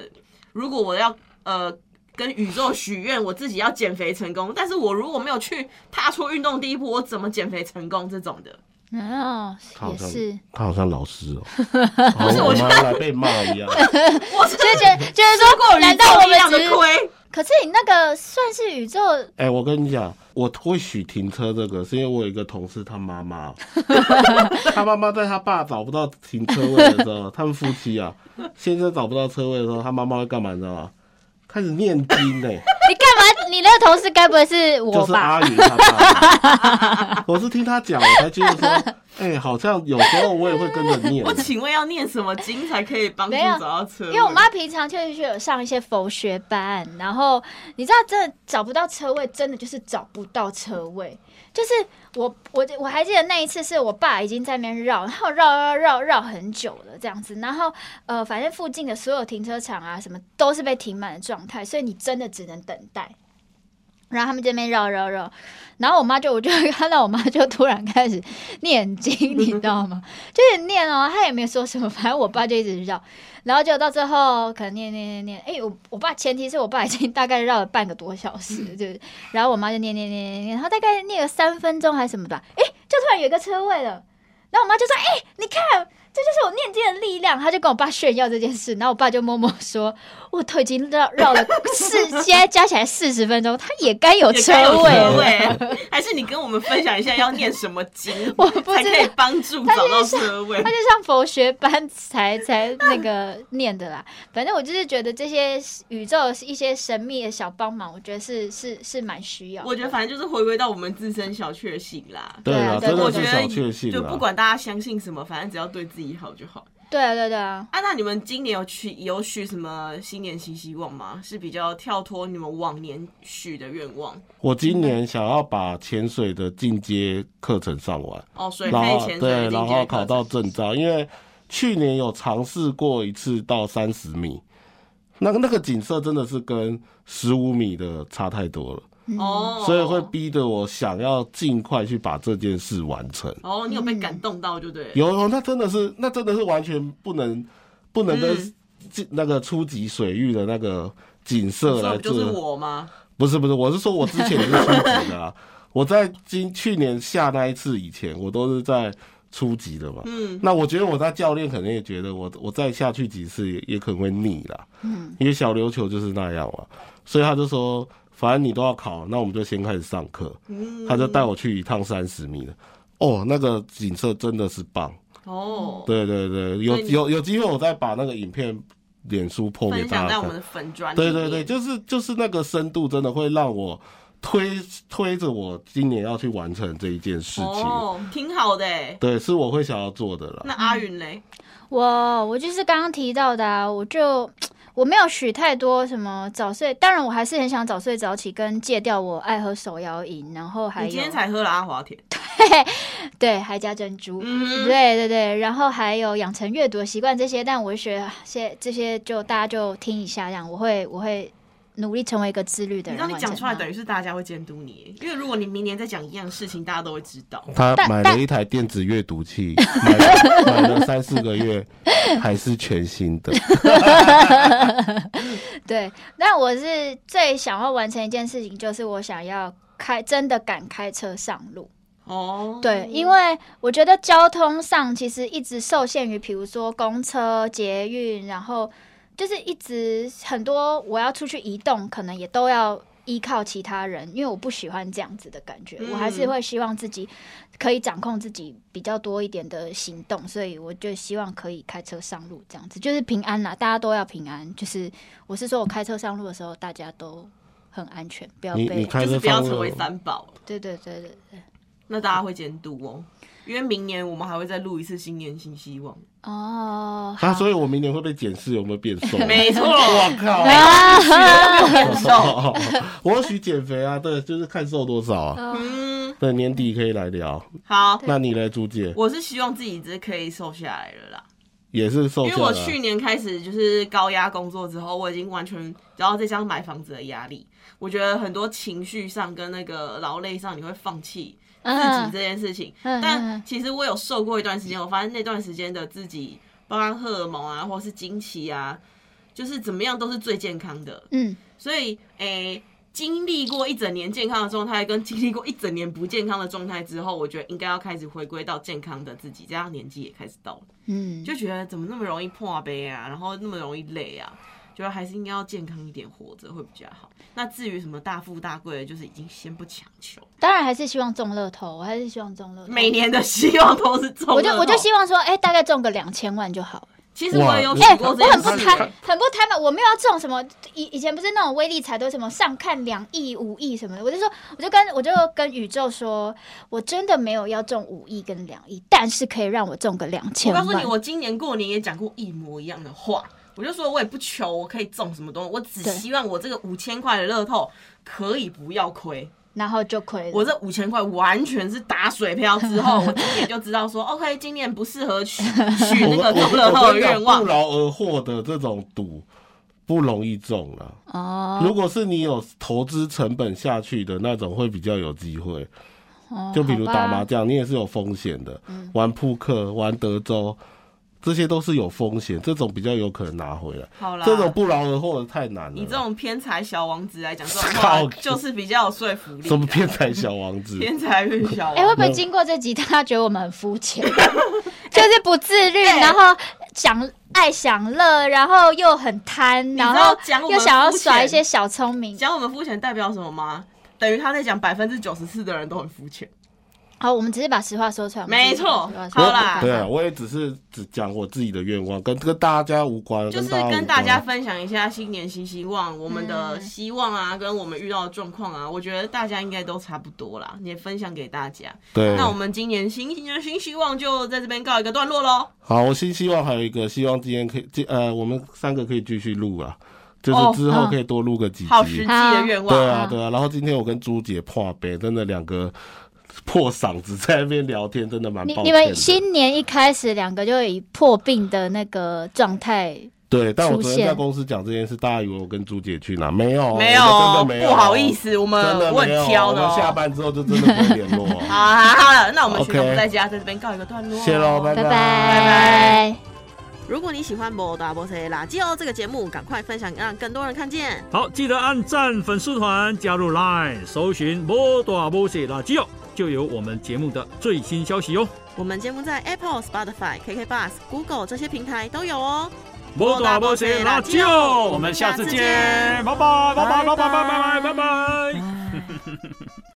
[SPEAKER 1] 如果我要呃跟宇宙许愿，我自己要减肥成功，但是我如果没有去踏出运动第一步，我怎么减肥成功？这种的，
[SPEAKER 2] 哦，
[SPEAKER 3] 他好
[SPEAKER 2] 也
[SPEAKER 3] 像
[SPEAKER 2] 是，
[SPEAKER 3] 他好像老师哦，不是我妈来被骂一样，
[SPEAKER 1] 我是
[SPEAKER 2] 就觉得就是说，难道我
[SPEAKER 1] 力量
[SPEAKER 2] 们
[SPEAKER 1] 的
[SPEAKER 2] 只是？
[SPEAKER 1] 亏？
[SPEAKER 2] 可是你那个算是宇宙
[SPEAKER 3] 哎、我跟你讲，我会许停车这个，是因为我有一个同事，他妈妈，哦他妈妈在他爸找不到停车位的时候，他们夫妻啊，先生找不到车位的时候，他妈妈会干嘛？你知道吗？开始念经呢、
[SPEAKER 2] 你干嘛？你那个同事该不会是
[SPEAKER 3] 就
[SPEAKER 2] 我
[SPEAKER 3] 是啊
[SPEAKER 2] 吧？
[SPEAKER 3] 阿云他爸爸。我是听他讲，我才觉得说，哎、好像有时候我也会跟着念
[SPEAKER 1] 我。请问要念什么经才可以帮助
[SPEAKER 2] 没有
[SPEAKER 1] 找到车位？
[SPEAKER 2] 因为我妈平常确实有上一些佛学班，然后你知道，真的找不到车位，真的就是找不到车位。就是我我我还记得那一次是我爸已经在那边绕，然后绕绕绕绕很久了这样子，然后呃，反正附近的所有停车场啊什么都是被停满的状态，所以你真的只能等待。然后他们这边绕绕绕，然后我妈就我就看到我妈就突然开始念经，你知道吗？就是念哦，她也没有说什么， 反正我爸就一直绕，然后就到最后可能念念念念，哎，我我爸前提是我爸已经大概绕了半个多小时，就是，然后我妈就念念念念念，然后大概念了三分钟还是什么吧，哎，就突然有一个车位了，然后我妈就说，哎，你看。这就是我念经的力量，她就跟我爸炫耀这件事，然后我爸就默默说：“我都已经绕绕了四，现在加起来四十分钟，他也该有
[SPEAKER 1] 也
[SPEAKER 2] 车
[SPEAKER 1] 该有
[SPEAKER 2] 位啊了
[SPEAKER 1] 车位，还是你跟我们分享一下要念什么经，
[SPEAKER 2] 我不
[SPEAKER 1] 才
[SPEAKER 2] 知
[SPEAKER 1] 可以
[SPEAKER 2] 道，
[SPEAKER 1] 帮助找到车位
[SPEAKER 2] 他？就上佛学班才才那个念的啦。反正我就是觉得这些宇宙一些神秘的小帮忙，我觉得是是是蛮需要的。
[SPEAKER 1] 我觉得反正就是回归到我们自身小确幸啦。
[SPEAKER 3] 对啊，
[SPEAKER 2] 对啊
[SPEAKER 3] 真
[SPEAKER 1] 我
[SPEAKER 3] 的
[SPEAKER 1] 觉
[SPEAKER 3] 是
[SPEAKER 1] 得
[SPEAKER 3] 小确幸
[SPEAKER 1] 就
[SPEAKER 3] 啦
[SPEAKER 1] 不管大家相信什么，反正只要对自己好就好。
[SPEAKER 2] 对啊对啊对啊，
[SPEAKER 1] 啊，那你们今年有去有许什么新年新希望吗？是比较跳脱你们往年许的愿望
[SPEAKER 3] 我今年想要把潜水的进阶课程上完，
[SPEAKER 1] 哦，水
[SPEAKER 3] 然
[SPEAKER 1] 费
[SPEAKER 3] 后
[SPEAKER 1] 潜水
[SPEAKER 3] 对，
[SPEAKER 1] 的进阶
[SPEAKER 3] 然后
[SPEAKER 1] 课
[SPEAKER 3] 考
[SPEAKER 1] 程
[SPEAKER 3] 到证照，因为去年有尝试过一次到三十米，那个那个景色真的是跟十五米的差太多了，
[SPEAKER 1] 哦，
[SPEAKER 3] 所以会逼得我想要尽快去把这件事完成。
[SPEAKER 1] 哦，你有
[SPEAKER 3] 嗯
[SPEAKER 1] 被感动到就对了。
[SPEAKER 3] 有有，那真的是，那真的是完全不能不能跟
[SPEAKER 1] 嗯
[SPEAKER 3] 进那个初级水域的那个景色
[SPEAKER 1] 所
[SPEAKER 3] 来
[SPEAKER 1] 以就是
[SPEAKER 3] 做。
[SPEAKER 1] 我吗？
[SPEAKER 3] 不是不是，我是说我之前也是初 级的啊，我在今去年下那一次以前，我都是在初级的嘛。
[SPEAKER 1] 嗯，
[SPEAKER 3] 那我觉得我在教练可能也觉得我我再下去几次也也可能会腻啦，嗯，因为小琉球就是那样嘛，所以他就说，反正你都要考，那我们就先开始上课，嗯，他就带我去一趟三十米的，哦，那个景色真的是棒，
[SPEAKER 1] 哦，
[SPEAKER 3] 对对对，有
[SPEAKER 1] 所以你
[SPEAKER 3] 有有机会我再把那个影片、脸书破给
[SPEAKER 1] 分
[SPEAKER 3] 大
[SPEAKER 1] 享在
[SPEAKER 3] 家
[SPEAKER 1] 我们的
[SPEAKER 3] 看，
[SPEAKER 1] 粉砖里
[SPEAKER 3] 对
[SPEAKER 1] 面。
[SPEAKER 3] 对对，就是就是那个深度真的会让我推推着我今年要去完成这一件事情，
[SPEAKER 1] 哦，挺好的欸。
[SPEAKER 3] 对，是我会想要做的啦。
[SPEAKER 1] 那阿云嘞？
[SPEAKER 2] 我我就是刚刚提到的啊，我就我没有许太多什么早睡，当然我还是很想早睡早起，跟戒掉我爱喝手摇饮，然后还
[SPEAKER 1] 你今
[SPEAKER 2] 有
[SPEAKER 1] 天才喝了阿华田，
[SPEAKER 2] 对还加珍珠，
[SPEAKER 1] 嗯，
[SPEAKER 2] 对对对，然后还有养成阅读的习惯这些，但我觉得啊这这些就大家就听一下，这样我会我会努力成为一个自律的
[SPEAKER 1] 你
[SPEAKER 2] 人
[SPEAKER 1] 知道
[SPEAKER 2] 完
[SPEAKER 1] 你
[SPEAKER 2] 成它。
[SPEAKER 1] 讲出来，等于是大家会监督你，因为如果你明年再讲一样事情，大家都会知道。
[SPEAKER 3] 他
[SPEAKER 2] 但
[SPEAKER 3] 买了
[SPEAKER 2] 但
[SPEAKER 3] 一台电子阅 读器，买了买了三四个月，还是全 新的。
[SPEAKER 2] 对，那我是最想要完成一件事情，就是我想要开真的敢开车上路。
[SPEAKER 1] 哦，
[SPEAKER 2] 对，因为
[SPEAKER 3] 嗯
[SPEAKER 2] 我觉得交通上其实一直受限于，比如说公车、捷运，然后就是一直很多我要出去移动，可能也都要依靠其他人，因为我不喜欢这样子的感觉，我还是
[SPEAKER 1] 嗯
[SPEAKER 2] 会希望自己可以掌控自己比较多一点的行动，所以我就希望可以开车上路这样子，就是平安啦，大家都要平安。就是我是说我开车上路的时候，大家都很安全，不要
[SPEAKER 3] 你你
[SPEAKER 2] 被。
[SPEAKER 3] 开
[SPEAKER 1] 就是
[SPEAKER 3] 车
[SPEAKER 1] 不要
[SPEAKER 3] 上
[SPEAKER 1] 成
[SPEAKER 3] 路
[SPEAKER 1] 为，三宝，
[SPEAKER 2] 对对对对，
[SPEAKER 1] 那大家会监督哦。因为明年我们还会再录一次新年新希望，
[SPEAKER 2] 哦，
[SPEAKER 3] 啊，
[SPEAKER 2] 好
[SPEAKER 3] 所以我明年会被检视有没有变瘦。
[SPEAKER 1] 没错，
[SPEAKER 2] 啊。
[SPEAKER 1] 变瘦。
[SPEAKER 3] 我要许减肥啊，对，就是看瘦多少啊。
[SPEAKER 1] 嗯，
[SPEAKER 3] 对，年底可以来聊。
[SPEAKER 1] 好，
[SPEAKER 3] 那你来，朱姐
[SPEAKER 1] 我是希望自己是可以瘦下来了啦，
[SPEAKER 3] 也是瘦
[SPEAKER 1] 因为
[SPEAKER 3] 下
[SPEAKER 1] 我
[SPEAKER 3] 来
[SPEAKER 1] 去
[SPEAKER 3] 啊。
[SPEAKER 1] 年开始就是高压工作之后，我已经完全，然后再加上买房子的压力，我觉得很多情绪上跟那个劳累上，你会放弃自己这件事情。
[SPEAKER 2] 嗯
[SPEAKER 1] 但其实我有瘦过一段时间，我发现那段时间的自己，包含荷尔蒙啊，或是经期啊，就是怎么样都是最健康的。
[SPEAKER 2] 嗯，
[SPEAKER 1] 所以，诶、经历过一整年健康的状态，跟经历过一整年不健康的状态之后，我觉得应该要开始回归到健康的自己。这样年纪也开始到了，
[SPEAKER 2] 嗯，
[SPEAKER 1] 就觉得怎么那么容易破杯啊，然后那么容易累啊，觉得还是应该要健康一点活着会比较好。那至于什么大富大贵，就是已经先不强求。
[SPEAKER 2] 当然还是希望中乐透，我还是希望中乐透。
[SPEAKER 1] 每，年的希望都是中乐透，
[SPEAKER 2] 我就我就希望说，哎、大概中个两千万就好。
[SPEAKER 1] 其实我也有
[SPEAKER 3] 哇
[SPEAKER 1] 想
[SPEAKER 2] 哎、我
[SPEAKER 1] 过这件
[SPEAKER 2] 很不
[SPEAKER 1] 事
[SPEAKER 2] 贪
[SPEAKER 1] 情，，
[SPEAKER 2] 很不贪嘛，我没有要中什么。以以前不是那种微利财都什么上看两亿、五亿什么的，我就说，我就跟我就跟宇宙说，我真的没有要中五亿跟两亿，但是可以让我中个两千
[SPEAKER 1] 我
[SPEAKER 2] 万。
[SPEAKER 1] 告诉你，我今年过年也讲过一模一样的话，我就说我也不求我可以中什么东西，我只
[SPEAKER 2] 对
[SPEAKER 1] 希望我这个五千块的乐透可以不要亏。
[SPEAKER 2] 然后就亏了。
[SPEAKER 1] 我这五千块完全是打水漂之 后，我今年就知道说 OK，今年不适合 许许那个中乐
[SPEAKER 3] 我
[SPEAKER 1] 透
[SPEAKER 3] 跟
[SPEAKER 1] 的
[SPEAKER 3] 你讲，
[SPEAKER 1] 愿
[SPEAKER 3] 不
[SPEAKER 1] 望。
[SPEAKER 3] 劳而获的这种赌不容易中了。
[SPEAKER 2] 哦
[SPEAKER 3] 如果是你有投资成本下去的那种，会比较有机会。
[SPEAKER 2] 哦，
[SPEAKER 3] 就比如
[SPEAKER 2] 好吧
[SPEAKER 3] 打麻将，你也是有风险的。
[SPEAKER 1] 嗯
[SPEAKER 3] 玩扑克、玩德州，这些都是有风险，这种比较有可能拿回来。
[SPEAKER 1] 好啦，
[SPEAKER 3] 这种不劳而获的太难了啦。
[SPEAKER 1] 你这种偏财小王子来讲这种话
[SPEAKER 3] 靠，
[SPEAKER 1] 就是比较有说服力啦。
[SPEAKER 3] 什么偏财小王 子？
[SPEAKER 1] 偏财运小王
[SPEAKER 2] 哎、
[SPEAKER 1] 子？
[SPEAKER 2] 会不会经过这集，大家觉得我们很肤 浅， 就是不自
[SPEAKER 1] 哎
[SPEAKER 2] 律，然后想爱享乐，然后又很贪，
[SPEAKER 1] 知道
[SPEAKER 2] 然后
[SPEAKER 1] 讲我们
[SPEAKER 2] 又想要
[SPEAKER 1] 肤浅
[SPEAKER 2] 耍一些小聪明。
[SPEAKER 1] 讲我们肤浅代表什么吗？等于他在讲百分之九十四的人都很肤浅。
[SPEAKER 2] 好，我们只是把实话说出来。我们
[SPEAKER 1] 没
[SPEAKER 2] 只是
[SPEAKER 1] 错
[SPEAKER 2] 把
[SPEAKER 1] 好
[SPEAKER 2] 实话说出来
[SPEAKER 1] 啦
[SPEAKER 3] 对啊，我也只是只讲我自己的愿望，跟跟大家无关，
[SPEAKER 1] 就是
[SPEAKER 3] 跟
[SPEAKER 1] 跟大家
[SPEAKER 3] 无关
[SPEAKER 1] 分享一下新年新希望，我们
[SPEAKER 3] 嗯
[SPEAKER 1] 的希望啊，跟我们遇到的状况啊，我觉得大家应该都差不多啦，也分享给大家。
[SPEAKER 3] 对。
[SPEAKER 1] 那我们今年新新年新希望就在这边告一个段落喽。
[SPEAKER 3] 好，我新希望还有一个，希望今天可以，今呃，我们三个可以继续录啊，就
[SPEAKER 1] 哦
[SPEAKER 3] 是之后
[SPEAKER 2] 嗯
[SPEAKER 3] 可以多录个几集。
[SPEAKER 1] 好实际的愿望，
[SPEAKER 3] 对
[SPEAKER 2] 啊
[SPEAKER 3] 啊，对啊。然后今天我跟朱姐破杯，真的两个破嗓子在那边聊天，真的蛮
[SPEAKER 2] 你
[SPEAKER 3] 抱歉的。
[SPEAKER 2] 你们新年一开始，两个就以破病的那个状态，
[SPEAKER 3] 对，但我
[SPEAKER 2] 出
[SPEAKER 3] 昨天在
[SPEAKER 2] 现
[SPEAKER 3] 公司讲这件事，大家以为我跟朱姐去哪？没有，
[SPEAKER 1] 没有
[SPEAKER 3] 哦我们真的没有，
[SPEAKER 1] 不好意思我们
[SPEAKER 3] 真的
[SPEAKER 1] 我很
[SPEAKER 3] 没有
[SPEAKER 1] 挑的哦
[SPEAKER 3] 我们下班之后就真的不会联络哦。
[SPEAKER 1] 好好好好了，那我们学
[SPEAKER 3] OK
[SPEAKER 1] 长在家在这边告一个段落，
[SPEAKER 3] 谢喽，
[SPEAKER 2] 拜
[SPEAKER 3] 拜
[SPEAKER 1] 拜
[SPEAKER 2] 拜。
[SPEAKER 1] 如果你喜欢《博达波塞垃圾哦》这个节目，赶快分享，让更多人看见。
[SPEAKER 5] 好，记得按赞粉丝团，加入 Line，搜寻“波大波水垃圾哦”，就有我们节目的最新消息哟、哦。
[SPEAKER 1] 我们节目在 Apple、Spotify、KK Bus、Google 这些平台都有哦。
[SPEAKER 5] 波哦大波水垃圾哦，我们下次见，拜拜拜拜拜拜拜拜拜拜。